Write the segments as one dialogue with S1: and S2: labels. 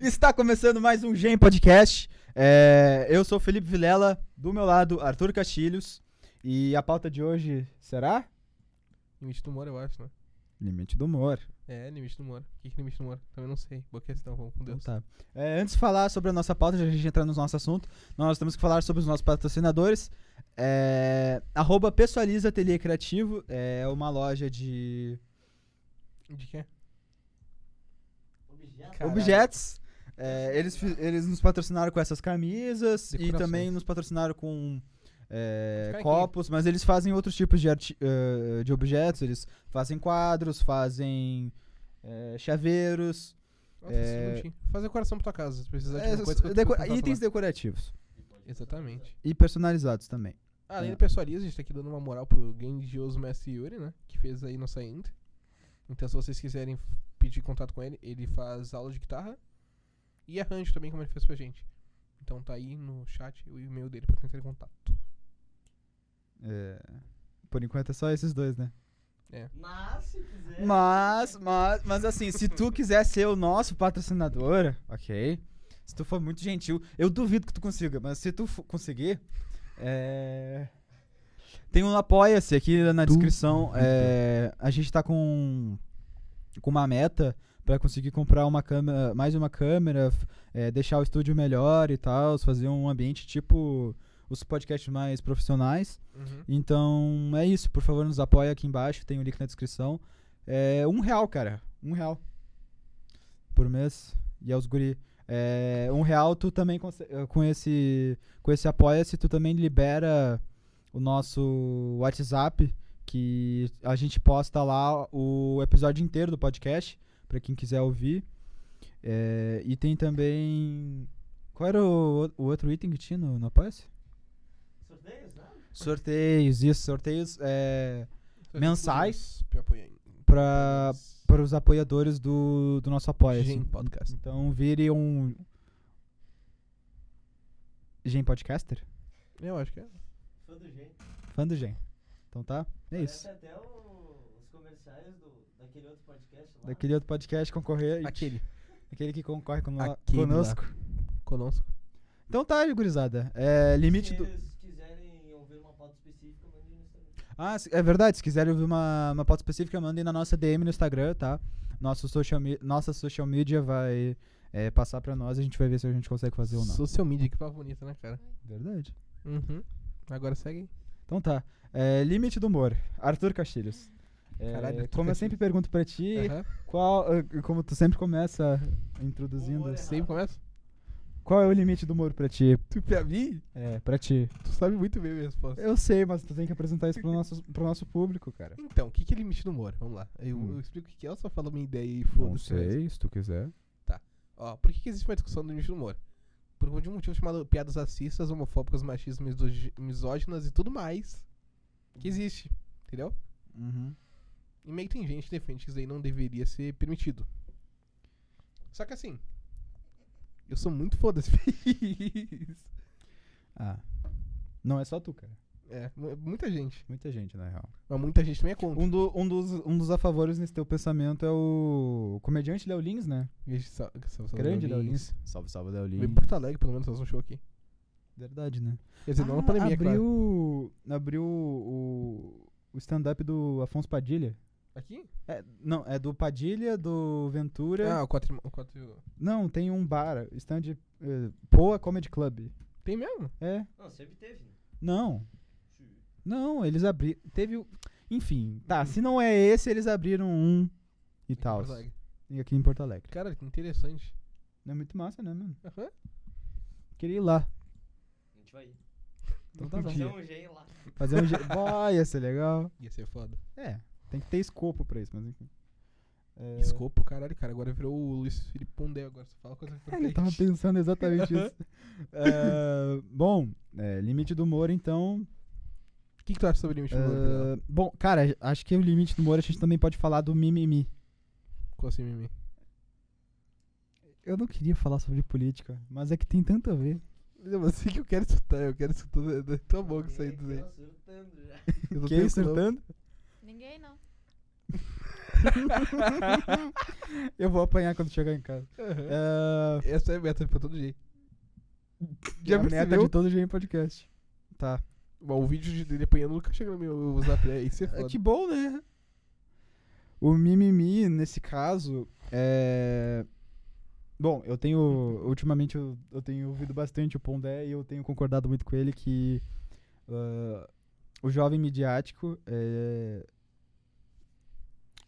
S1: Está começando mais um Gen Podcast. É, eu sou Felipe Vilela, do meu lado, Arthur Castilhos. E a pauta de hoje será?
S2: Limite do humor, eu acho, né?
S1: Limite do humor.
S2: É, limite do humor. O que que é limite do humor? Também não sei. Boa questão, vamos com
S1: Então
S2: Deus.
S1: tá. É, antes de falar sobre a nossa pauta, já que a gente entrar no nosso assunto, nós temos que falar sobre os nossos patrocinadores. É, arroba Pessoaliza Ateliê Criativo é uma loja de tá.
S2: De quê?
S1: objetos. É, eles, fi- eles nos patrocinaram com essas camisas e
S2: Decorações.
S1: também nos patrocinaram com é,
S2: Fica aqui.
S1: copos, mas eles fazem outros tipos de, arti- eh, de objetos. Eles fazem quadros, fazem eh, chaveiros,
S2: Nossa, isso é... bonitinho. Fazer coração pra tua casa, se precisar de
S1: eh,
S2: alguma coisa que eu te
S1: deco-
S2: contrato
S1: itens
S2: lá.
S1: decorativos
S2: Exatamente.
S1: e personalizados também.
S2: Ah, Além
S1: É.
S2: do pessoalismo, a gente tá aqui dando uma moral pro grandioso Mestre Yuri, né? Que fez aí nossa intro. Então se vocês quiserem f- pedir contato com ele, ele faz aula de guitarra e arranjo também, como ele fez pra gente. Então tá aí no chat o e-mail dele pra tu entrar em contato.
S1: É, por enquanto é só esses dois, né?
S3: Mas, se quiser.
S1: Mas, mas, mas assim, se tu quiser ser o nosso patrocinador, ok? Se tu for muito gentil, eu duvido que tu consiga, mas se tu fo- conseguir, é... tem um apoia-se aqui na descrição. é, A gente tá com com uma meta pra conseguir comprar uma câmera, mais uma câmera, f- é, deixar o estúdio melhor e tal, fazer um ambiente tipo os podcasts mais profissionais.
S2: Uhum.
S1: Então é isso, por favor, nos apoia aqui embaixo, tem o link na descrição. É um real, cara. Um real. Por mês. E aos guri. É, um real, tu também conse- eh, com esse. Com esse apoia-se, tu também libera o nosso WhatsApp, que a gente posta lá o episódio inteiro do podcast, pra quem quiser ouvir. É, e tem também. Qual era o, o outro item que tinha no, no Apoia-se?
S3: Sorteios, né?
S1: Sorteios, isso, sorteios é, Mensais.
S2: Então, Pior apoio- Ah,
S1: para para os apoiadores do, do nosso apoia
S2: Gen Podcast.
S1: Então vire um Gen Podcaster,
S2: Eu acho que é.
S3: Fã do jeito.
S1: fã do Gen. Então tá, é
S3: Parece
S1: isso.
S3: até o- os comerciais do, daquele outro podcast lá.
S1: Daquele outro podcast concorrer,
S2: Aquele.
S1: aquele que concorre cono-
S2: Aquele lá.
S1: conosco.
S2: Conosco.
S1: Então tá, gurizada. É, limite
S3: Se
S1: do
S3: eles quiserem ouvir uma pauta específica, mandem no Instagram.
S1: Ah, se- é verdade. Se quiserem ouvir uma, uma pauta específica, mandem na nossa DM no Instagram, tá? Nosso social me- nossa social media vai é, passar pra nós. A gente vai ver se a gente consegue fazer ou não.
S2: Social media, que papo bonito, né, cara?
S1: Verdade.
S2: Uhum. Agora segue.
S1: Então tá. É, limite do humor. Arthur Castilhos. É,
S2: Caralho, Arthur
S1: como eu
S2: Castilhos.
S1: sempre pergunto pra ti,
S2: Aham.
S1: qual, ah, como tu sempre começa introduzindo,
S3: Humor é-
S2: Sempre começa?
S1: qual é o limite do humor pra ti?
S2: Tu, pra mim,
S1: É, pra ti.
S2: tu sabe muito bem a minha resposta.
S1: Eu sei, mas tu tem que apresentar isso pro nosso, pro nosso público, cara.
S2: Então, o que, que é limite do humor? Vamos lá. Eu,
S1: Hum.
S2: eu explico o que que é ou só falo minha ideia e foda-se? o resto?
S1: se tu quiser.
S2: Ó, por que, que existe uma discussão do limite do humor? Por um motivo chamado piadas racistas, homofóbicas, machistas, misogi- misóginas e tudo mais que existe. Entendeu?
S1: Uhum.
S2: E meio que tem gente que defende que isso daí não deveria ser permitido. Só que assim, eu sou muito foda-se pra isso.
S1: Ah. Não é só tu, cara.
S2: É, mu- muita gente.
S1: Muita gente, na real.
S2: Mas muita gente também é contra.
S1: Um, do- um dos, um dos afavores nesse teu pensamento é o comediante Léo Lins, né?
S2: Gente, sal- sal- sal-
S1: Grande
S2: Léo
S1: Léo
S2: Lins.
S1: Lins. Salve, salve, Léo
S2: Veio pra Porto Alegre, pelo menos, fazer um show aqui.
S1: Verdade, né?
S2: Quer dizer, não na
S1: Ah,
S2: pandemia, é claro.
S1: abriu, Abriu o, o stand-up do Afonso Padilha.
S2: Aqui?
S1: É, não, é do Padilha, do Ventura.
S2: Ah, o quatro, irmã- o quatro...
S1: Não, tem um bar, stand eh, Poa Comedy Club.
S2: Tem mesmo?
S1: É?
S3: Não, sempre teve, né?
S1: Não, não, eles abriram. Teve. o- Enfim, tá, se não é esse, eles abriram um e
S2: Aqui em
S1: tal.
S2: Porto Alegre.
S1: E aqui em Porto Alegre.
S2: Cara, que interessante.
S1: É muito massa, né, mano?
S2: Aham.
S1: Queria ir lá.
S3: A gente vai ir.
S1: Então tá
S2: Um
S1: bom.
S3: Fazer
S2: dia.
S3: um jeito lá.
S1: Fazer um. ge- Bah, ia ser legal.
S2: Ia ser foda.
S1: É, tem que ter escopo pra isso, mas enfim. É,
S2: Escopo, caralho, cara. Agora virou o Luiz Felipe Pondé. Agora você fala coisa
S1: É, Ele tava pensando exatamente isso. É, bom, é, limite do humor, então.
S2: O que, que tu acha sobre limite do humor? Gabriel?
S1: é, bom, cara, acho que o limite do humor a gente também pode falar do mimimi.
S2: Ficou assim, mimimi.
S1: Eu não queria falar sobre política, mas é que tem tanto a ver.
S2: Não, mas assim que eu quero escutar, eu quero escutar da- da tua boca isso aí.
S3: Ninguém
S2: dizer.
S3: tá surtando já.
S2: Eu não
S1: Quem é
S2: tenho como.
S1: surtando?
S4: Ninguém não.
S1: Eu vou apanhar quando chegar em casa.
S2: Aham.
S1: É,
S2: Essa é a meta pra todo dia.
S1: é
S2: Já
S1: a meta
S2: percebeu?
S1: de todo dia em podcast. Tá.
S2: Bom, o vídeo de- dele apanhando nunca chega no meu zap, né? Isso é
S1: É,
S2: foda.
S1: que bom, né? O mimimi, nesse caso, é. Bom, eu tenho. Ultimamente eu, eu tenho ouvido bastante o Pondé e eu tenho concordado muito com ele que ah, o jovem midiático é.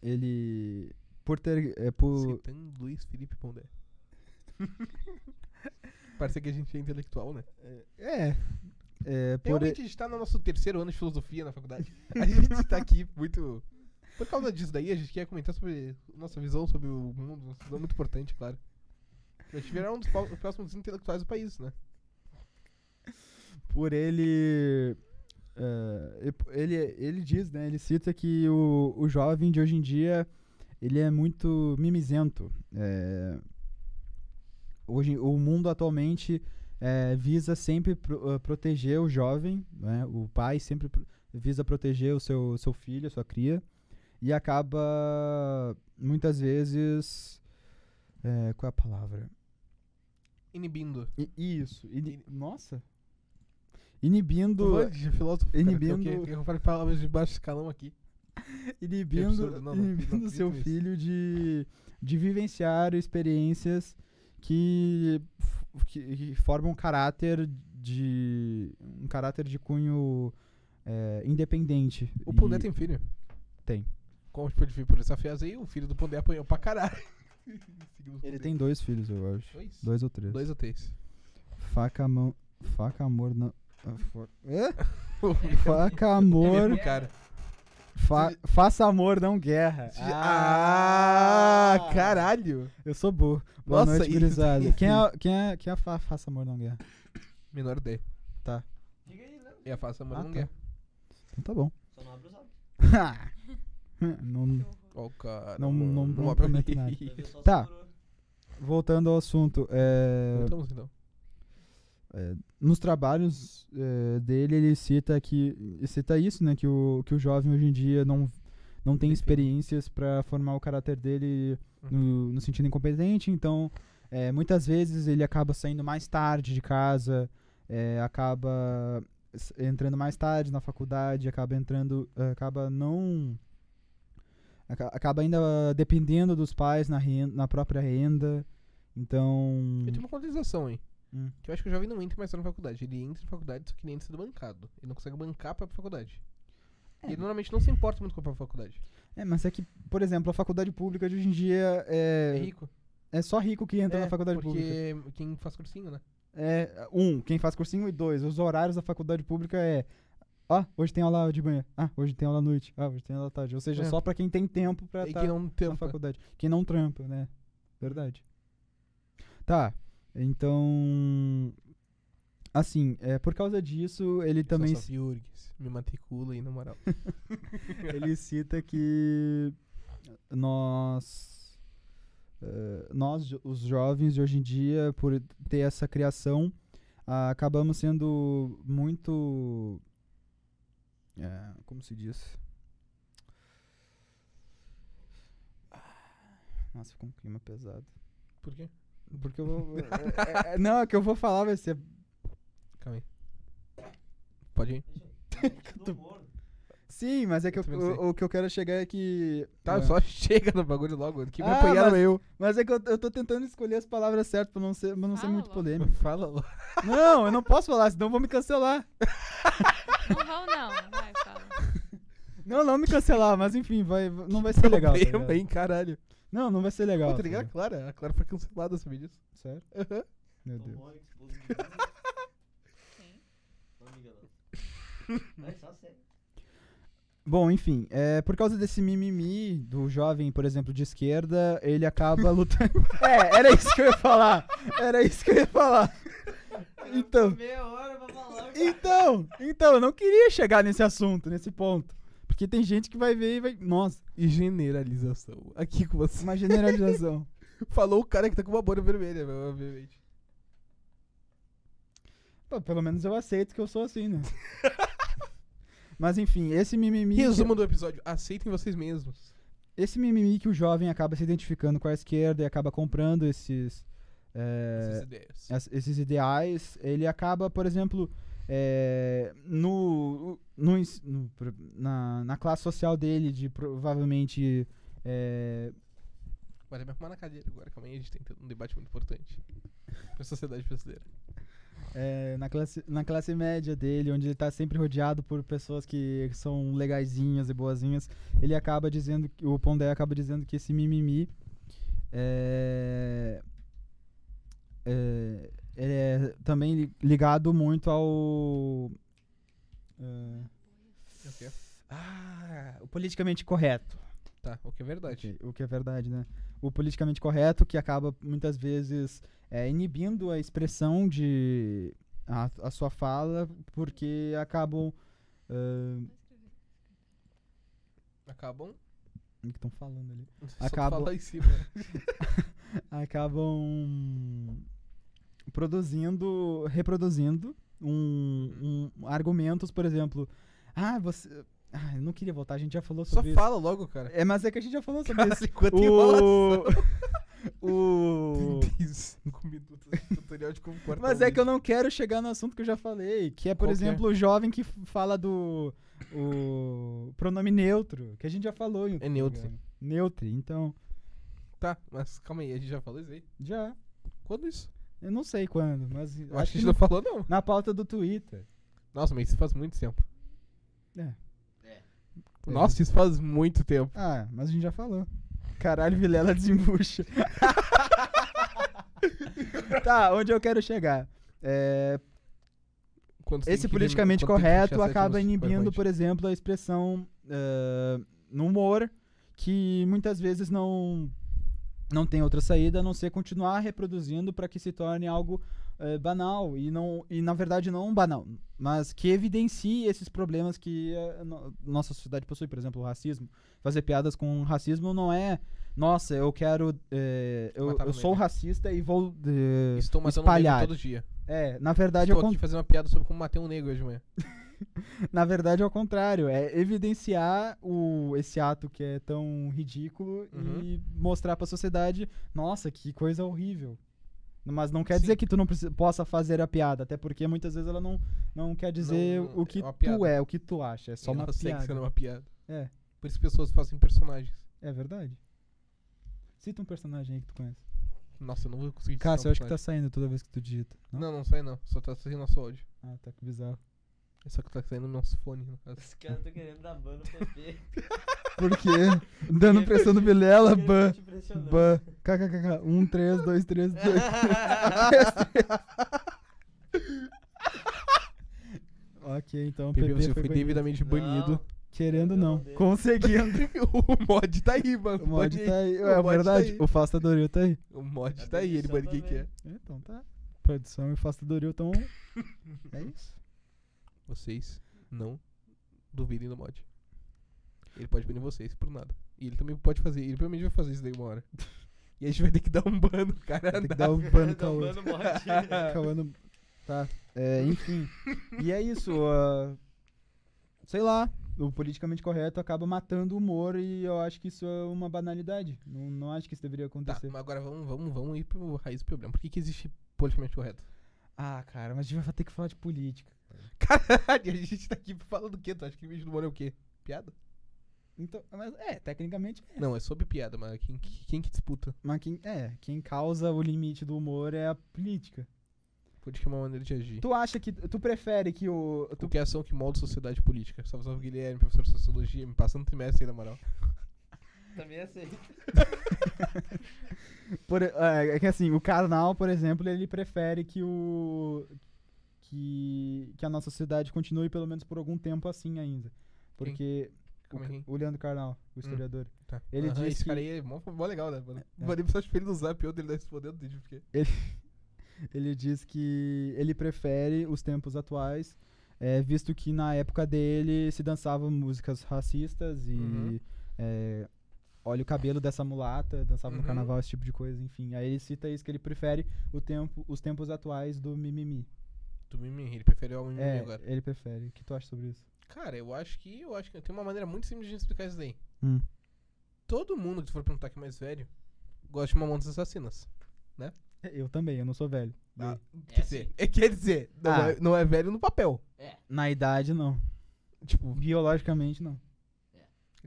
S1: Ele. Por ter. É, por,
S2: Citando Luiz Felipe Pondé. Parece que a gente é intelectual, né?
S1: é. É, por,
S2: Realmente a gente tá no nosso terceiro ano de filosofia na faculdade. A gente tá aqui muito. Por causa disso daí, a gente quer comentar sobre nossa visão sobre o mundo, nossa visão muito importante, claro. A gente virar um dos pau- próximos intelectuais do país, né?
S1: por ele, eh, e po- ele. Ele diz, né? Ele cita que o, o jovem de hoje em dia ele é muito mimizento. Eh, hoje, o mundo atualmente eh, visa sempre pro- eh, proteger o jovem, né? O pai sempre pro- visa proteger o seu, seu filho, a sua cria, e acaba muitas vezes. eh, qual é a palavra?
S2: Inibindo.
S1: I- isso. ini-
S2: Ini-
S1: nossa! Inibindo.
S2: Tô falando de filósofo. cara,
S1: inibindo-
S2: que Eu, que eu falei palavras de baixo escalão aqui.
S1: inibindo,
S2: absurdo, não, não, não
S1: inibindo
S2: acredito
S1: seu
S2: nisso.
S1: filho de, de vivenciar experiências que, f- que, que formam um caráter de um caráter de cunho eh, independente.
S2: O Pondé
S1: E-
S2: tem filho?
S1: Tem.
S2: Como a gente pode ver por essa frase aí, o filho do Pondé apanhou pra caralho. Seguimos
S1: ele
S2: com
S1: tem dois filhos, eu acho.
S2: dois. Dois,
S1: Dois ou três.
S2: dois ou três.
S1: Faca mão, faca amor não. ah, fo- Hã?
S2: Faca,
S1: Faca amor,
S2: é cara.
S1: fa- faça amor não guerra.
S2: Ah, caralho.
S1: Eu sou burro. Boa
S2: Nossa,
S1: noite,
S2: isso-
S1: gurizada. Quem é, quem é, quem é a fa- faça amor não guerra?
S2: Menor D.
S3: Diga aí, né? não.
S2: E a faça amor
S1: Ah,
S2: não
S1: tá.
S2: quer.
S1: Então tá bom.
S3: Só não abre os olhos.
S1: É, Não-
S2: Ó, cara.
S1: Não- não-
S2: mano,
S1: não
S2: abre-
S1: prometo nada.
S3: Vai ver só se
S1: Tá.
S3: sobrou.
S1: voltando ao assunto, é,
S2: Voltamos então.
S1: é, nos trabalhos é, dele ele cita que ele cita isso, né, que o que o jovem hoje em dia não não tem
S2: Define.
S1: experiências para formar o caráter dele
S2: Uhum.
S1: no, no sentido incompetente, então é, muitas vezes ele acaba saindo mais tarde de casa, é, acaba s- entrando mais tarde na faculdade, acaba entrando, acaba não aca- acaba ainda dependendo dos pais na renda, na própria renda, então
S2: Eu tenho uma contestação aí.
S1: Hum.
S2: Que eu acho que o jovem não entra mais na faculdade. Ele entra na faculdade, só que ele entra sendo bancado. Ele não consegue bancar a própria faculdade. E ele normalmente não se importa muito com a própria faculdade.
S1: É, mas é que, por exemplo, a faculdade pública de hoje em dia
S2: É,
S1: é,
S2: rico.
S1: é só rico que entra
S2: é,
S1: na faculdade pública.
S2: porque quem faz cursinho, né?
S1: É, um, quem faz cursinho e dois, os horários da faculdade pública é. Ó, hoje tem aula de manhã. Ah, hoje tem aula à noite. Ah, hoje tem aula à tarde. Ou seja,
S2: É.
S1: só pra quem tem tempo pra
S2: e
S1: estar
S2: quem não é.
S1: na
S2: trampa.
S1: faculdade. Quem não trampa, né? Verdade. Tá. Então. Assim, é, por causa disso, ele também
S2: é Só só Viurgues, me matricula aí, na moral.
S1: ele cita que nós eh, nós jo- os jovens de hoje em dia por ter essa criação ah, acabamos sendo muito eh, como se diz nossa ficou um clima pesado
S2: Por quê?
S1: porque eu vou, eh, eh, eh, não é que eu vou falar vai ser
S2: Calma aí. Pode ir.
S3: Deixa- deixa do humor.
S1: sim mas é que
S2: Eu
S1: eu-
S2: também não sei.
S1: o, o que eu quero chegar é que
S2: Tá,
S1: eh,
S2: só chega no bagulho logo. Que me
S1: Ah,
S2: apanharam
S1: mas-
S2: eu.
S1: Mas é que eu, eu tô tentando escolher as palavras certas pra não ser, pra não ser
S4: Fala
S1: muito
S4: logo.
S1: polêmico.
S2: assim. Fala logo.
S1: Não, eu não posso falar, senão vão me cancelar.
S4: Não vão, não. Vai, fala.
S1: Não, não me cancelar, mas enfim, vai, não vai ser legal. tá
S2: Problema,
S1: ligado?
S2: hein, caralho.
S1: não, não vai ser legal.
S2: Pô,
S1: tá
S2: tá ligado? A
S1: ligado?
S2: Clara, a Clara foi cancelada, sabia disso?
S1: Sério?
S2: Aham.
S1: Meu Deus.
S3: Tomou, explodiu. Não,
S4: Quem?
S3: amiga, não. Vai, só sério.
S1: Bom, enfim, é, por causa desse mimimi do jovem, por exemplo, de esquerda, ele acaba lutando. é, era isso que eu ia falar. Era isso que eu ia falar. Então.
S3: Meia hora pra falar. cara.
S1: Então, então, eu não queria chegar nesse assunto, nesse ponto. Porque tem gente que vai ver e vai. Nossa,
S2: E generalização. Aqui com você.
S1: uma generalização.
S2: Falou o cara que tá com uma bolha vermelha, meu, obviamente.
S1: Pô, pelo menos eu aceito que eu sou assim, né? Mas enfim, esse mimimi.
S2: Resumo do episódio. Aceitem vocês mesmos.
S1: esse mimimi que o jovem acaba se identificando com a esquerda e acaba comprando esses, é,
S2: Essas ideias.
S1: es- esses ideais, ele acaba, por exemplo, é, no, no, ens- no- pro- na, na classe social dele, de provavelmente. é,
S2: Vai até me é arrumar na cadeira agora, que amanhã a gente tem um debate muito importante pra sociedade brasileira.
S1: é, na, classe, na classe média dele, onde ele tá sempre rodeado por pessoas que são legaisinhas e boazinhas, ele acaba dizendo, que- o Pondé acaba dizendo que esse mimimi é, é, ele é também li- ligado muito ao... é,
S2: É o quê?
S1: ah, o politicamente correto.
S2: Tá, o que é verdade.
S1: Ok, O que é verdade, né? O politicamente correto que acaba muitas vezes é, inibindo a expressão de a, a sua fala porque acabam ah,
S2: Acabam.
S1: o que estão falando ali?
S2: Só
S1: Acabam.
S2: Fala em cima. né?
S1: Acabam produzindo, reproduzindo um, um- argumentos, por exemplo, ah, você, ah, eu não queria voltar, a gente já falou
S2: Só
S1: sobre isso.
S2: fala logo, cara.
S1: É, mas é que a gente já falou sobre
S2: Cara,
S1: isso.
S2: enquanto
S1: O...
S2: enrolação.
S1: o...
S2: 35 minutos de tutorial de como cortar
S1: Mas é que eu não quero chegar no assunto que eu já falei, que é, por
S2: Qual que é?
S1: exemplo, o jovem que f- fala do o pronome neutro, que a gente já falou. Em outro
S2: É neutro.
S1: programa. Neutro, então,
S2: Tá, mas calma aí, a gente já falou isso aí.
S1: já.
S2: Quando isso?
S1: Eu não sei quando, mas
S2: Eu
S1: acho,
S2: acho que a
S1: que
S2: gente não falou, não.
S1: na pauta do Twitter.
S2: Nossa, mas isso faz muito tempo.
S1: É.
S2: Nossa, isso faz muito tempo.
S1: Ah, mas a gente já falou. Caralho, Vilela desembucha. tá, onde eu quero chegar? É,
S2: Quantos
S1: Esse
S2: tem que
S1: politicamente
S2: eliminar- quanto tem que
S1: correto
S2: puxar sete
S1: acaba
S2: nos
S1: inibindo,
S2: PowerPoint?
S1: por exemplo, a expressão eh, no humor, que muitas vezes não, não tem outra saída a não ser continuar reproduzindo para que se torne algo eh, banal. E, não, e, na verdade, não banal, mas que evidencie esses problemas que eh, no- nossa sociedade possui. Por exemplo, o racismo. Fazer piadas com racismo não é. Nossa, eu quero. eh, eu
S2: Matar
S1: eu
S2: no
S1: sou
S2: meio."
S1: racista e vou. eh,
S2: Estou matando
S1: espalhar.
S2: negro todo dia.
S1: é, na verdade,
S2: Estou
S1: eu
S2: aqui fazendo uma piada sobre como matei um negro hoje de manhã.
S1: Na verdade, é o contrário. É evidenciar o, esse ato que é tão ridículo e
S2: Uhum.
S1: mostrar pra sociedade, nossa, que coisa horrível. Mas não quer dizer
S2: Sim.
S1: que tu não precisa- possa fazer a piada, até porque muitas vezes ela não, não quer dizer
S2: Não-
S1: o que
S2: é uma
S1: tu
S2: piada. né?
S1: é, o que tu acha. É só
S2: E
S1: uma
S2: ela segue
S1: piada.
S2: sendo uma piada.
S1: É.
S2: Por isso que pessoas fazem personagens.
S1: É verdade. Cita um personagem aí que tu conhece.
S2: Nossa, eu não vou conseguir citar
S1: Cássio,
S2: um
S1: eu acho que tá
S2: personagem.
S1: saindo toda vez que tu digita. Não?
S2: Não, não sai não. Só tá saindo nosso áudio.
S1: Ah, tá que bizarro.
S2: É só que tá saindo nosso fone, no caso.
S3: Os caras tão querendo dar ban no PP.
S1: Por quê? tá Dando pressão no Vilela,
S3: Eles
S1: ban.
S3: tão te pressionando.
S1: Ban. KKKK. 1, 3, 2, 3, 2. ok, então o
S2: PP,
S1: PP
S2: você
S1: foi
S2: foi
S1: banido.
S2: devidamente banido.
S1: Querendo
S3: Eu
S1: não,
S3: mandei.
S1: conseguindo.
S2: o mod tá aí, mano.
S1: O mod
S2: Pode ir.
S1: tá aí,
S2: O
S1: é
S2: mod tá
S1: verdade,
S2: aí.
S1: o Fasta Doril tá aí.
S2: O mod
S3: A
S2: tá aí, ele
S3: produção
S2: bane quem que é.
S3: também.
S1: Então tá, produção e o Fasta Doril estão... é isso.
S2: Vocês não duvidem do mod. Ele pode banir vocês por nada. E ele também pode fazer. Ele provavelmente vai fazer isso daí uma hora. E a gente vai ter que dar um ban no cara.
S1: Tem que
S2: andar.
S1: dar um ban no
S3: Dá
S1: Cauã.
S3: ban no mod.
S1: Cauã no- Tá, é, enfim. E é isso, ah, sei lá, o politicamente correto acaba matando o humor e eu acho que isso é uma banalidade. Não, não acho que isso deveria
S2: Tá,
S1: acontecer.
S2: mas agora vamos, vamos, vamos ir pro raiz do problema. Por que, que existe politicamente correto?
S1: Ah, cara, mas a gente vai ter que falar de política.
S2: Caralho, a gente tá aqui falando o quê? Tu acha que o vídeo do Moro é o quê? Piada?
S1: Então, mas é, tecnicamente é.
S2: Não, é sobre piada, mas quem, que- quem que disputa?
S1: Mas quem, é, quem causa o limite do humor é a política.
S2: Política é uma maneira de agir.
S1: Tu acha que. Tu prefere que o. Tu,
S2: Tu quer ação que molda sociedade política. Salve, salve, Guilherme, professor de sociologia, me passando trimestre aí, na moral.
S3: Também é assim. aceito.
S1: por- é é que assim, o carnal, por exemplo, ele prefere que o. Que, que a nossa sociedade continue pelo menos por algum tempo assim ainda. Porque. O,
S2: Como é que-
S1: o Leandro Carnal, o historiador.
S2: Tá.
S1: Ele
S2: Aham,
S1: diz
S2: esse
S1: que-
S2: cara aí é mó, mó legal, né, mano?
S1: É.
S2: Mandei mensagem pra ele no zap ontem, ele tá respondendo, entendi por quê.
S1: Ele diz que ele prefere os tempos atuais, é, visto que na época dele se dançavam músicas racistas e.
S2: Uhum.
S1: é, olha o cabelo dessa mulata, dançava no
S2: Uhum.
S1: carnaval, esse tipo de coisa, enfim. Aí ele cita isso que ele prefere o tempo, os tempos atuais do mimimi.
S2: Do mimimi, ele preferiu ao mimimi
S1: é,
S2: Hum, agora.
S1: ele prefere. O que tu acha sobre isso?
S2: Cara, eu acho que eu acho que tem uma maneira muito simples de explicar isso daí.
S1: Hum.
S2: todo mundo que tu for perguntar que é mais velho gosta de Mamonas Assassinas.
S1: Eu também, eu não sou velho.
S2: Ah,
S4: É
S2: quer dizer, é, quer dizer não,
S1: Ah.
S2: é, não é velho no papel.
S1: Na idade, não.
S2: Tipo,
S1: Biologicamente, não.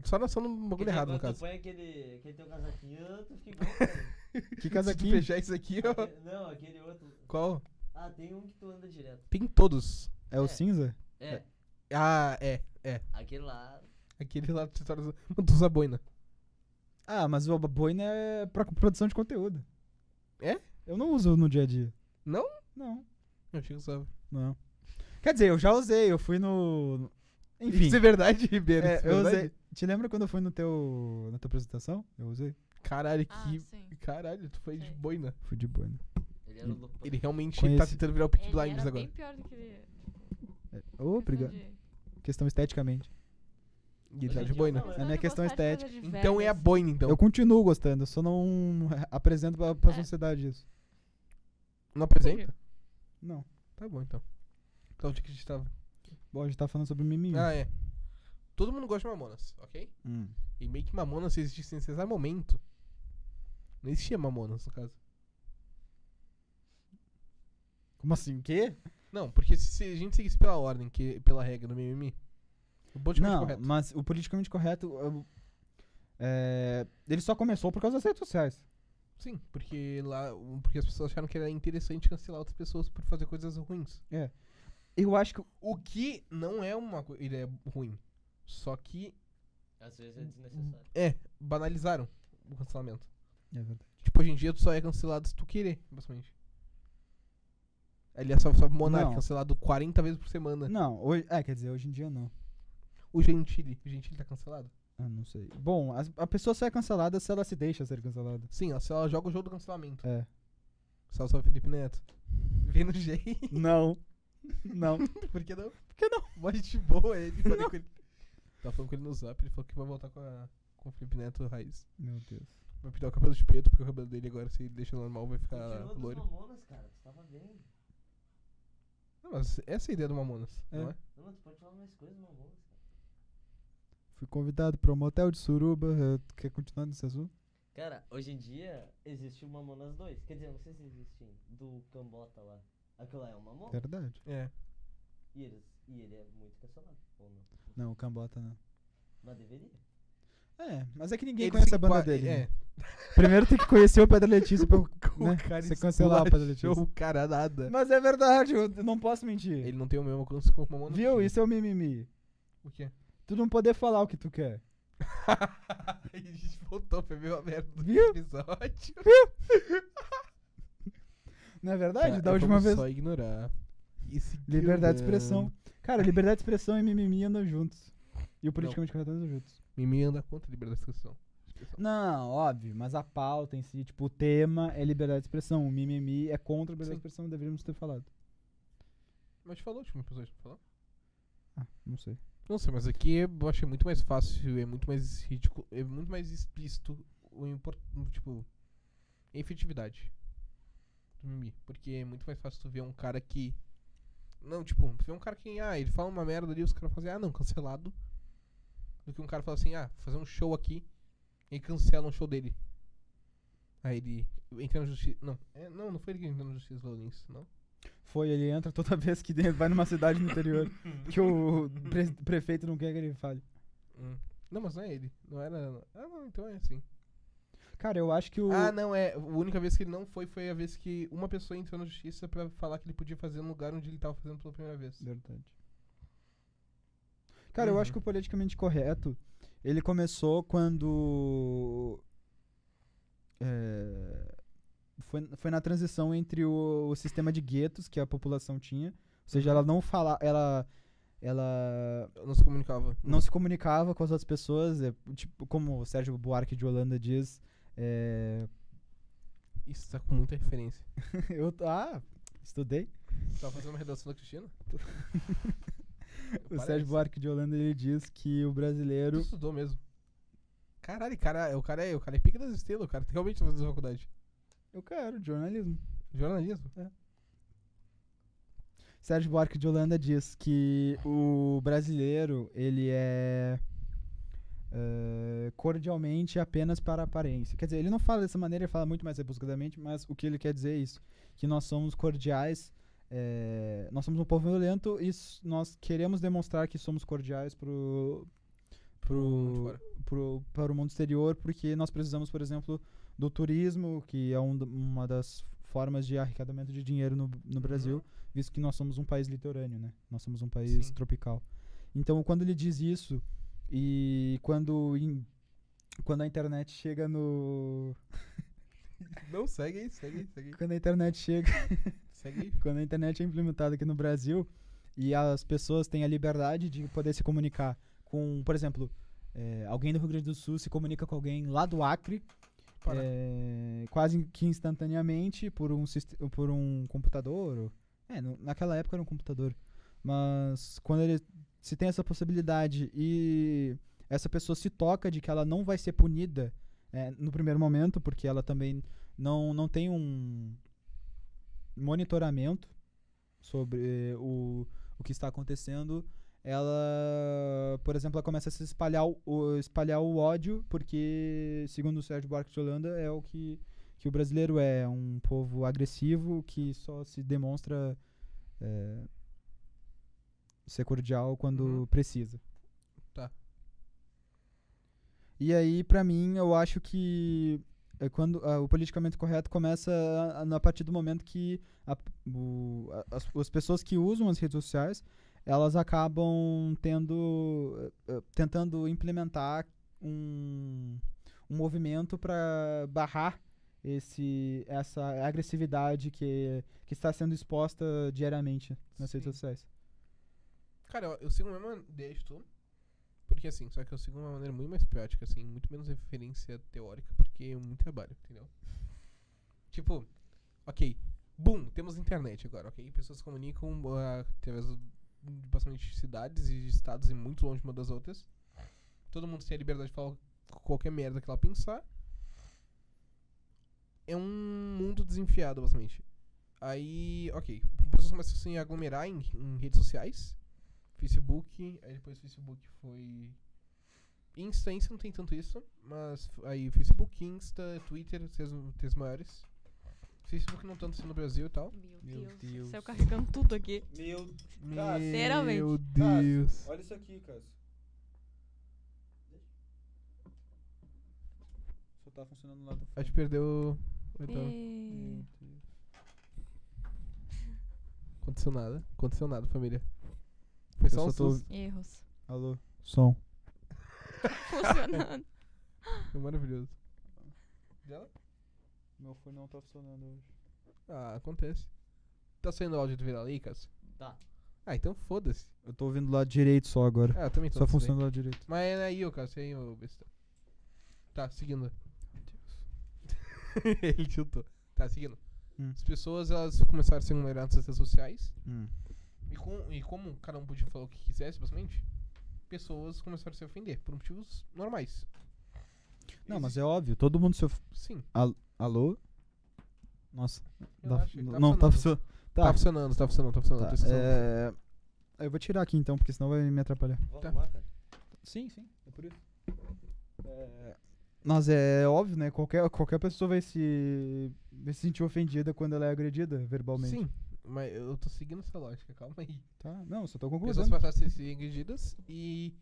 S2: só nasceu num bagulho errado, no
S3: agora Tu
S2: caso.
S3: põe aquele, aquele teu casaquinho, tu fica igual, cara.
S1: Que
S2: Se tu
S1: casaquinho?
S2: fechar isso aqui, É. ó.
S3: Aquele- Não, aquele outro.
S2: Qual?
S3: Ah, tem um que tu anda direto.
S2: Tem todos.
S1: É o
S3: É.
S1: cinza?
S3: É,
S2: Ah, é.
S3: aquele lá.
S2: Aquele lá tu tá usa- tu usa boina.
S1: Ah, mas o boina é pra produção de conteúdo.
S2: É?
S1: Eu não uso no dia a dia.
S2: Não?
S1: Não,
S2: Eu achei que usava.
S1: não. Quer dizer, eu já usei, eu fui no. Enfim.
S2: Isso é verdade, Ribeiro.
S1: é,
S2: isso é
S1: eu
S2: verdade.
S1: usei. Te lembra quando eu fui no teu. na tua apresentação? Eu usei.
S2: Caralho,
S4: Ah,
S2: que.
S4: sim.
S2: Caralho, tu foi de
S4: Sei.
S2: boina.
S1: Fui de boina.
S3: Ele era louco. pra-
S2: Ele realmente tá
S1: Conheci.
S2: tentando virar o Pit
S4: É, Ele
S2: Blinders
S4: era
S2: agora.
S4: bem pior do que ele.
S1: É, Ô, obrigado. Questão esteticamente.
S2: E ele tá
S3: Hoje
S2: de
S3: em dia,
S2: boina.
S3: não,
S4: né?
S1: É minha questão
S2: Então é a boina, então.
S1: Eu continuo gostando, eu só não apresento pra, pra
S4: É.
S1: sociedade isso.
S2: Não apresenta?
S1: Não.
S2: Tá bom, então. Então onde que a gente tava?
S1: Bom, a gente tá falando sobre miminho.
S2: Ah, é. Todo mundo gosta de Mamonas, ok?
S1: Hum.
S2: E meio que Mamonas se existisse nesse exato momento. Não existia Mamonas, no caso.
S1: Como assim? O quê?
S2: Não, porque se, se a gente seguisse pela ordem, que, pela regra do mimimi, o podcast
S1: Não,
S2: correto.
S1: mas o politicamente correto. eu- é, ele só começou por causa das redes sociais.
S2: Sim, porque lá. um, Porque as pessoas acharam que era interessante cancelar outras pessoas por fazer coisas ruins.
S1: Eu acho que
S2: O que não é uma co- ideia ruim. Só que.
S3: Às vezes é desnecessário.
S2: É, banalizaram o cancelamento.
S1: É verdade.
S2: Tipo, hoje em dia tu só é cancelado se tu querer, basicamente. Aliás, só, só Monark
S1: Não.
S2: cancelado 40 vezes por semana.
S1: Não, hoje, é, quer dizer, hoje em dia não.
S2: O Gentili. O Gentili tá cancelado?
S1: Ah, não sei. Bom, as- a, pessoa só é cancelada se ela se deixa ser cancelada.
S2: Sim, ó, se ela joga o jogo do cancelamento.
S1: É.
S2: Salve, salve Felipe Neto. Vem no G.
S1: Não. não.
S2: Por que não? Por
S1: que
S2: não? Mó gente boa ele. Falei com ele. Tava falando com ele no zap, ele falou que vai voltar com, a, com o Felipe Neto raiz.
S1: Meu Deus.
S2: Vai pintar o cabelo de preto, porque o cabelo dele agora, se ele deixa normal, vai
S3: Tu
S2: ficar
S3: tirou dos
S2: Tá loiro.
S3: mamonas, cara. Tu tava bem.
S2: Não, mas essa é a ideia do Mamonas,
S1: É.
S2: não é?
S3: Não, mas tu pode falar mais coisas, mamonas, cara.
S1: Fui convidado pra um motel de suruba. eh, tu Quer continuar nesse assunto?
S3: Cara, hoje em dia existe o Mamonas 2. Quer dizer, não sei se existe ainda, do Cambota lá. Aquilo lá é um Mamonas.
S1: Verdade.
S2: É.
S3: E, eles, e ele é muito cancelado, ou não?
S1: Não, o Cambota não.
S3: Mas deveria.
S1: É, mas é que ninguém
S2: Ele
S1: conhece
S2: se
S1: a banda
S2: enqua-
S1: dele.
S2: É.
S1: né? Primeiro tem que conhecer o Pedro Letícia pra
S2: O
S1: né,
S2: cara
S1: você cancelar o Pedro
S2: esculachou
S1: Letícia.
S2: o cara nada.
S1: Mas é verdade, eu não posso mentir.
S2: Ele não tem o mesmo alcance com o Mamonas.
S1: Viu? Isso é o mimimi.
S2: O quê?
S1: Tu não poder falar o que tu quer.
S2: a gente voltou pra ver a merda do
S1: Viu?
S2: episódio.
S1: Não é verdade?
S2: Cara,
S1: da última
S2: vamos
S1: vez.
S2: só ignorar. E seguir
S1: Liberdade de
S2: andando.
S1: expressão. Cara, liberdade de expressão e mimimi andam juntos. E o politicamente correto andam juntos.
S2: Mimi anda contra a liberdade de expressão.
S1: Não, óbvio, mas a pauta em si, tipo, o tema é liberdade de expressão. O mimimi é contra a liberdade
S2: Sim.
S1: de expressão, deveríamos ter falado.
S2: Mas falou o último episódio, não falou?
S1: Ah, não sei.
S2: Não sei, mas aqui eu achei muito mais fácil, é muito mais ridículo, é muito mais explícito o import, tipo, a efetividade do mimimi. Porque é muito mais fácil tu ver um cara que. Não, tipo, tu vê um cara que, ah, ele fala uma merda ali, os caras fazem, ah, não, cancelado. Do que um cara fala assim, ah, vou fazer um show aqui e cancela um show dele. Aí ele entra na justiça. Não, é, não, não foi ele que entrou na justiça, Lourenço, não.
S1: Foi, ele entra toda vez que dentro, vai numa cidade no interior que o pre- prefeito não quer que ele fale.
S2: Hum. Não, mas não é ele. Não era. Ah, não, então é assim.
S1: Cara, eu acho que o.
S2: Ah, não, é. A única vez que ele não foi foi a vez que uma pessoa entrou na justiça pra falar que ele podia fazer no lugar onde ele tava fazendo pela primeira vez.
S1: Verdade. Cara, eu acho
S2: Uhum.
S1: que o politicamente correto, ele começou quando. É, foi, foi na transição entre o, o sistema de guetos que a população tinha. Ou seja, ela não fala, ela, ela
S2: Eu não se comunicava.
S1: não se comunicava com as outras pessoas. é, tipo, como o Sérgio Buarque de Holanda diz. é,
S2: Isso tá com muita referência.
S1: eu. Ah, estudei.
S2: Tu tava fazendo uma redação da Cristina?
S1: O
S2: Parece.
S1: Sérgio Buarque de Holanda ele diz que o
S2: Tu
S1: brasileiro.
S2: estudou mesmo. Caralho, cara, o cara é, o cara é pica das estrelas, o cara realmente tá fazendo faculdade.
S1: Eu quero jornalismo.
S2: Jornalismo.
S1: Sérgio Buarque de Holanda diz que o brasileiro, ele é eh, cordialmente apenas para a aparência. Quer dizer, ele não fala dessa maneira, ele fala muito mais rebuscadamente, mas o que ele quer dizer é isso: que nós somos cordiais, eh, nós somos um povo violento e s- nós queremos demonstrar que somos cordiais pro,
S2: mundo
S1: pro,
S2: fora.
S1: pro, para o mundo exterior, porque nós precisamos, por exemplo, do turismo, que é um da- uma das formas de arrecadamento de dinheiro no, no Brasil, visto que nós somos um país litorâneo, né? Nós somos um país
S2: Sim.
S1: tropical. Então, quando ele diz isso e quando em- quando a internet chega no
S2: Não, segue aí, segue aí, segue aí.
S1: quando a internet chega
S2: Segue aí.
S1: quando a internet é implementada aqui no Brasil e as pessoas têm a liberdade de poder se comunicar com, por exemplo, eh, alguém do Rio Grande do Sul se comunica com alguém lá do Acre,
S2: Para.
S1: eh, quase que instantaneamente por um, sist- por um computador. ou- é, no- naquela época era um computador. Mas quando ele se tem essa possibilidade e essa pessoa se toca de que ela não vai ser punida eh, no primeiro momento, porque ela também não, não tem um monitoramento sobre eh, o, o que está acontecendo, ela, por exemplo, ela começa a se espalhar o- o, espalhar o ódio, porque, segundo o Sérgio Buarque de Holanda, é o que, que o brasileiro é, um povo agressivo que só se demonstra eh, ser cordial quando
S2: Uhum.
S1: precisa.
S2: Tá.
S1: E aí, pra mim, eu acho que é quando ah, o politicamente correto começa a, a, a partir do momento que a- o- a- as, as pessoas que usam as redes sociais elas acabam tendo eh, eh, tentando implementar um, um movimento para barrar esse essa agressividade que que está sendo exposta diariamente nas
S2: Sim.
S1: redes sociais
S2: Cara, eu, eu sigo a mesma ideia de tu. Porque assim, só que eu sigo uma maneira muito mais prática, assim, muito menos referência teórica, porque é muito trabalho, entendeu? Tipo, ok, boom, temos internet agora, ok? Pessoas se comunicam ah, através do- de bastante cidades e de estados e muito longe uma das outras. Todo mundo tem a liberdade de falar qualquer merda que ela pensar. É um mundo desenfiado, basicamente. Aí, ok, pessoas começam a se aglomerar em- em redes sociais. Facebook, aí depois Facebook foi. Insta, Insta não tem tanto isso, mas f- aí Facebook, Insta, Twitter, três, três maiores. Facebook não tanto assim no Brasil e tal.
S4: Meu
S2: Meu
S4: Deus,
S2: Deus.
S4: saiu carregando tudo aqui.
S5: Meu
S1: Tá,
S5: Cara,
S4: Literalmente.
S2: Meu
S5: Cássio,
S2: Deus.
S5: Olha isso aqui, Cássio.
S1: só tá funcionando lá do
S2: A gente perdeu. o então, oitavo.
S4: É. Ê,
S2: Aconteceu nada. Aconteceu nada, família. Foi só
S1: Eu
S2: um
S1: só tô-
S2: susto.
S4: Erros.
S1: alô som
S4: Funcionando.
S2: Foi maravilhoso. Dela?
S1: meu fone não tá funcionando hoje
S2: Ah, acontece. Tá saindo o áudio do Vila aí, Cássio?
S3: Tá.
S2: Ah, então foda-se.
S1: eu tô ouvindo do lado direito só agora
S2: Ah, eu também tô
S1: só
S2: desse daí.
S1: funciona do lado direito
S2: Mas é aí, ô Cássio, aí, ô besta. Tá, seguindo. Ele tiltou. Tá, seguindo.
S1: Hum.
S2: As pessoas, elas começaram a se aglomerar nas redes sociais.
S1: Hum.
S2: E, com, e como cada um podia falar o que quisesse, basicamente, pessoas começaram a se ofender por motivos normais.
S1: não mas
S2: Existe-
S1: é óbvio todo mundo se of-
S2: Sim.
S1: Alô? Nossa, dá-
S2: Relaxa,
S1: n-
S2: tá
S1: não tá
S2: funcionando.
S1: funcionando.
S2: Tá.
S1: Tá,
S2: funcionando, tá funcionando, tá funcionando.
S1: tá,
S2: tô esquecendo.
S1: é, Eu vou tirar aqui então, porque senão vai me atrapalhar.
S5: Vou
S2: Tá.
S5: arrumar, cara.
S1: Sim, sim, é por isso. Mas é óbvio, né? Qualquer, qualquer pessoa vai se, vai se sentir ofendida quando ela é agredida verbalmente.
S2: Sim, mas eu tô seguindo essa lógica, calma aí.
S1: Tá? Não, eu só tô
S2: pessoas
S1: concluindo.
S2: passassem a ser agredidas e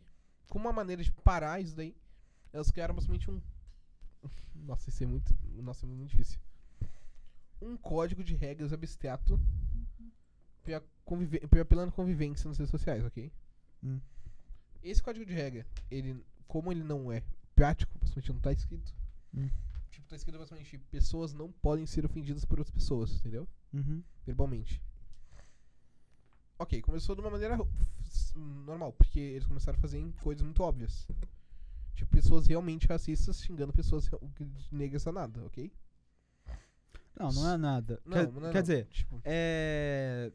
S2: com uma maneira de parar isso daí, elas criaram basicamente um Nossa, isso é muito, nossa, é muito difícil. Um código de regras abstrato pra convive... pra apelando convivência nas redes sociais, ok?
S1: Hum.
S2: Esse código de regra, ele como ele não é prático, basicamente não tá escrito.
S1: Hum.
S2: Tipo, tá escrito basicamente pessoas não podem ser ofendidas por outras pessoas, entendeu?
S1: Uhum.
S2: verbalmente. Ok, começou de uma maneira f- normal, porque eles começaram a fazer em coisas muito óbvias. Tipo, pessoas realmente racistas xingando pessoas re- negras a nada, ok?
S1: Não, não é nada. quer
S2: não é
S1: quer dizer,
S2: Tipo,
S1: É.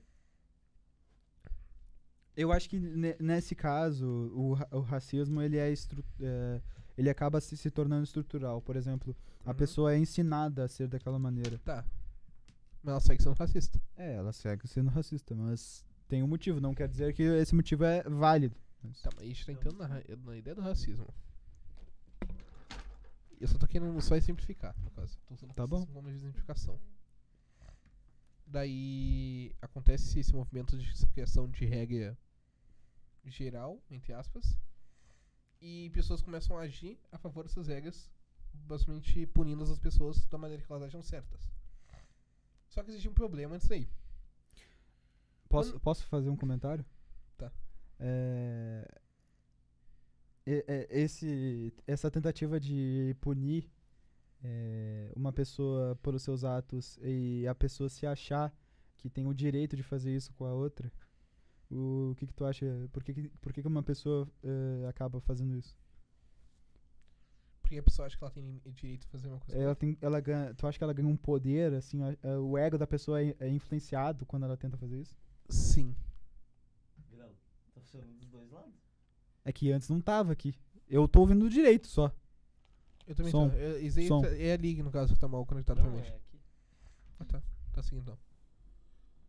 S1: Eu acho que ne- nesse caso, o, ra- o racismo ele é, estru- é, ele acaba se, se tornando estrutural. Por exemplo, a
S2: Uhum.
S1: pessoa é ensinada a ser daquela maneira.
S2: tá. Mas ela segue sendo racista.
S1: É, ela segue sendo racista, mas tem um motivo. Não quer dizer que esse motivo é válido.
S2: Tá, mas a gente tá entrando na, ra- na ideia do racismo. Eu só tô querendo só exemplificar, no caso. Tô usando
S1: Tá
S2: vocês
S1: bom.
S2: como exemplificação. Daí acontece esse movimento de criação de regra geral, entre aspas, e pessoas começam a agir a favor dessas regras, basicamente punindo as pessoas da maneira que elas acham certas. Só que existe um problema nisso aí.
S1: Posso, posso fazer um comentário?
S2: Tá.
S1: É, e- e- esse, essa tentativa de punir é, uma pessoa pelos seus atos e a pessoa se achar que tem o direito de fazer isso com a outra, o que, que tu acha? Por que, que- por que, que uma pessoa eh, acaba fazendo isso?
S2: Porque a pessoa acha que ela tem direito de fazer uma coisa.
S1: Ela tem, ela ganha, tu acha que ela ganha um poder, assim, a- a- o ego da pessoa é, é influenciado quando ela tenta fazer isso?
S2: Sim.
S3: Grau, tá funcionando dos dois lados.
S1: É que antes não tava aqui. Eu tô ouvindo direito só.
S2: Eu também
S1: Som.
S2: tô. É, isso aí
S1: Som.
S2: tá- é a liga, no caso, que tá mal conectada pra
S3: Não,
S2: mim.
S3: é aqui.
S2: Ah, tá. Tá seguindo então.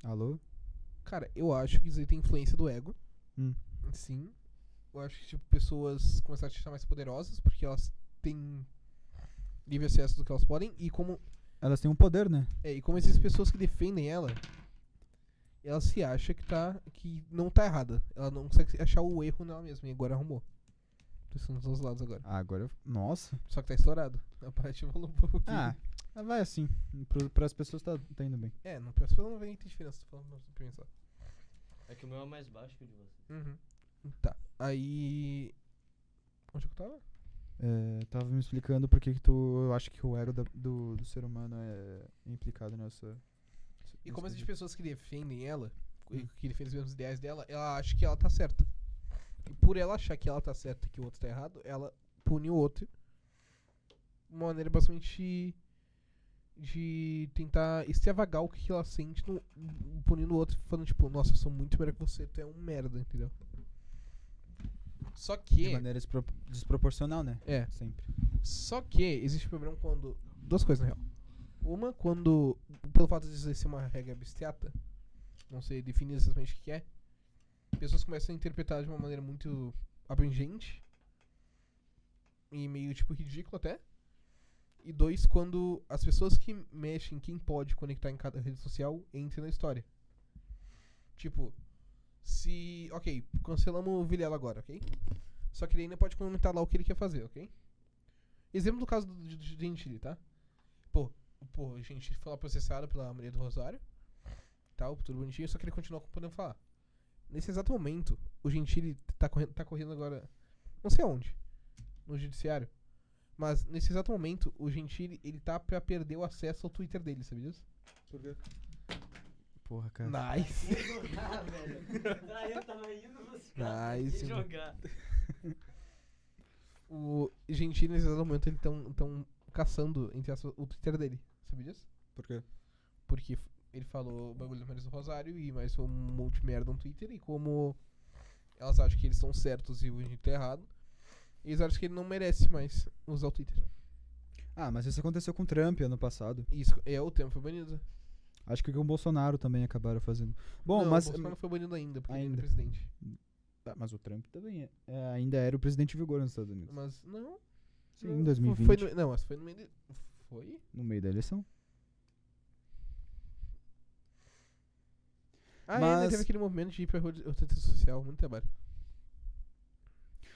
S1: Alô?
S2: Cara, eu acho que isso aí tem influência do ego.
S1: Hum.
S2: Sim. Eu acho que, tipo, pessoas começaram a se achar mais poderosas porque elas têm livre acesso do que elas podem. E como,
S1: Elas têm um poder, né?
S2: é, e como essas pessoas que defendem ela, ela se acha que tá. que não tá errada. Ela não consegue achar o erro nela mesma. E agora arrumou. Tô sendo dos dois lados agora.
S1: Ah, agora eu... Nossa.
S2: Só que tá estourado. A parte rolou um pouquinho.
S1: Ah, ah, vai assim. Pro, pras pessoas tá, tá indo bem.
S2: É, não, as pessoas não veem que tem diferença. Tô falando pra mim só.
S3: É que o meu é mais baixo que o de vocês.
S2: Uhum. Tá. Aí. Onde é que eu tava?
S1: É, tava me explicando por que que tu... Eu acho que o ego da- do, do ser humano é implicado nessa...
S2: E
S1: nesse
S2: como essas
S1: quesito.
S2: pessoas que defendem ela, e que defendem os mesmos ideais dela, ela acha que ela tá certa. E por ela achar que ela tá certa e que o outro tá errado, ela pune o outro. Uma maneira basicamente de tentar extravagar o que ela sente no, punindo o outro, falando tipo, nossa, eu sou muito melhor que você, tu é um merda, entendeu? Só
S1: De
S2: que.
S1: maneira despro- desproporcional, né?
S2: É.
S1: Sempre.
S2: Só que existe um problema quando. Duas coisas, na real. Uma, quando. Pelo fato de isso ser uma regra abstrata, não sei definir exatamente o que que é, pessoas começam a interpretar de uma maneira muito abrangente. E meio, tipo, ridículo até. E dois, quando as pessoas que mexem, quem pode conectar em cada rede social, entram na história. Tipo, se. Ok, cancelamos o Vilela agora, ok? Só que ele ainda pode comentar lá o que ele quer fazer, ok? Exemplo do caso do, do, do Gentili, tá? Pô, pô, o Gentili foi lá processado pela Maria do Rosário. Tal, tudo bonitinho, só que ele continua podendo falar. Nesse exato momento, o Gentili tá correndo, tá correndo agora. Não sei aonde. No judiciário. Mas nesse exato momento, o Gentili, ele tá pra perder o acesso ao Twitter dele, sabia disso?
S5: Por quê?
S1: Porra, cara.
S2: Nice.
S3: Ia jogar, velho. Ah, eu tava indo nos caras.
S2: Nice,
S3: Ia
S2: mano.
S3: jogar.
S2: O Gentili, nesse exato momento, ele tão, tão caçando, entre aspas, o Twitter dele. Sabia disso?
S5: Por quê?
S2: Porque f- ele falou o bagulho da Marisa Rosário e mais um monte de merda no Twitter. E como elas acham que eles são certos e o Henrique tá errado, eles acham que ele não merece mais usar o Twitter.
S1: Ah, mas isso aconteceu com o Trump ano passado.
S2: E Isso é o tempo foi banido.
S1: Acho que com o Bolsonaro também acabaram fazendo. Bom,
S2: não,
S1: mas... hum,
S2: O Bolsonaro não foi banido ainda, porque ele
S1: Ainda.
S2: é presidente.
S1: Ah, mas o Trump também é- é, ainda era o presidente em vigor nos Estados Unidos.
S2: Mas não.
S1: Sim,
S2: não,
S1: em 2020.
S2: Foi no, não, mas foi no meio. De, foi?
S1: No meio da eleição.
S2: Ah, é, né,
S1: Mas-
S2: teve aquele movimento de ir pra rua de- rede social, muito trabalho.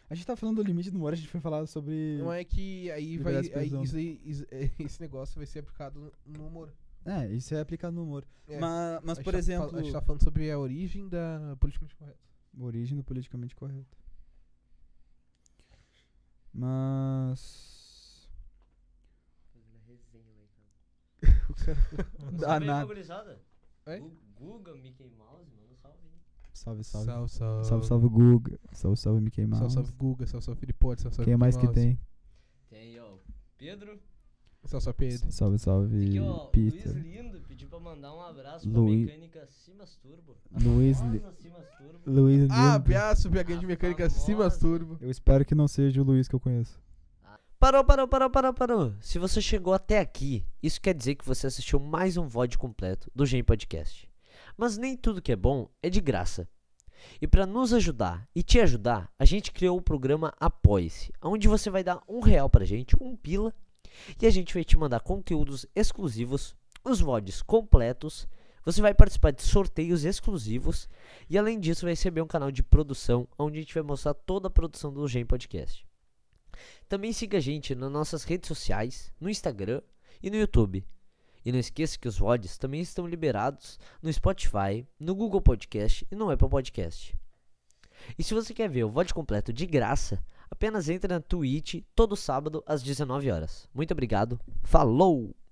S1: A gente tá falando do limite do humor, a gente foi falar sobre.
S2: Não é que aí vai.
S1: Liberdade de
S2: Aí,
S1: expressão.
S2: isso aí- isso- esse negócio vai ser aplicado no humor.
S1: É, isso é aplicado no humor.
S2: É.
S1: Mas,
S2: A
S1: mas
S2: gente
S1: por
S2: tá fal-
S1: exemplo.
S2: A gente tá falando sobre a origem da politicamente correta.
S1: Origem do politicamente correto. Mas.
S3: Fazendo a resenha lá, então. Um salve aí pra
S1: Danado.
S3: gurizada.
S2: Oi?
S3: Gu- Guga, Mickey Mouse, manda um salve aí.
S1: Salve, salve. Salve,
S2: salve.
S1: salve, Guga. Salve, salve, Mickey
S2: Salve,
S1: Mouse.
S2: salve, Guga, salve, salve, Filipote, salve, salve.
S1: Quem é mais que
S2: Mickey Mouse,
S1: tem?
S3: Tem aí, ó, o Pedro.
S2: Salve, salve, Pedro.
S1: Salve, salve,
S3: Tem aqui, ó, o Luiz
S1: Peter.
S3: Lindo pediu pra mandar um abraço
S1: Luiz-
S3: pra mecânica Simas Turbo. A
S1: Luiz
S3: famosa
S1: Li-
S3: Simas Turbo.
S1: Luiz
S2: Ah,
S1: Lindo.
S2: Abraço, BH de
S3: Ah,
S2: Mecânica se
S3: famosa.
S2: masturba.
S1: Eu espero que não seja o Luiz que eu conheço.
S6: Parou, parou, parou, parou, parou. Se você chegou até aqui, isso quer dizer que você assistiu mais um VOD completo do Gen Podcast. Mas nem tudo que é bom é de graça. E para nos ajudar e te ajudar, a gente criou o programa Apoie-se, onde você vai dar um real pra gente, um pila, E a gente vai te mandar conteúdos exclusivos, os VODs completos. Você vai participar de sorteios exclusivos. E além disso, vai receber um canal de produção, onde a gente vai mostrar toda a produção do Gen Podcast. Também siga a gente nas nossas redes sociais, no Instagram e no YouTube. E não esqueça que os VODs também estão liberados no Spotify, no Google Podcast e no Apple Podcast. E se você quer ver o VOD completo de graça, apenas entre na Twitch todo sábado às 19 horas. Muito obrigado. Falou!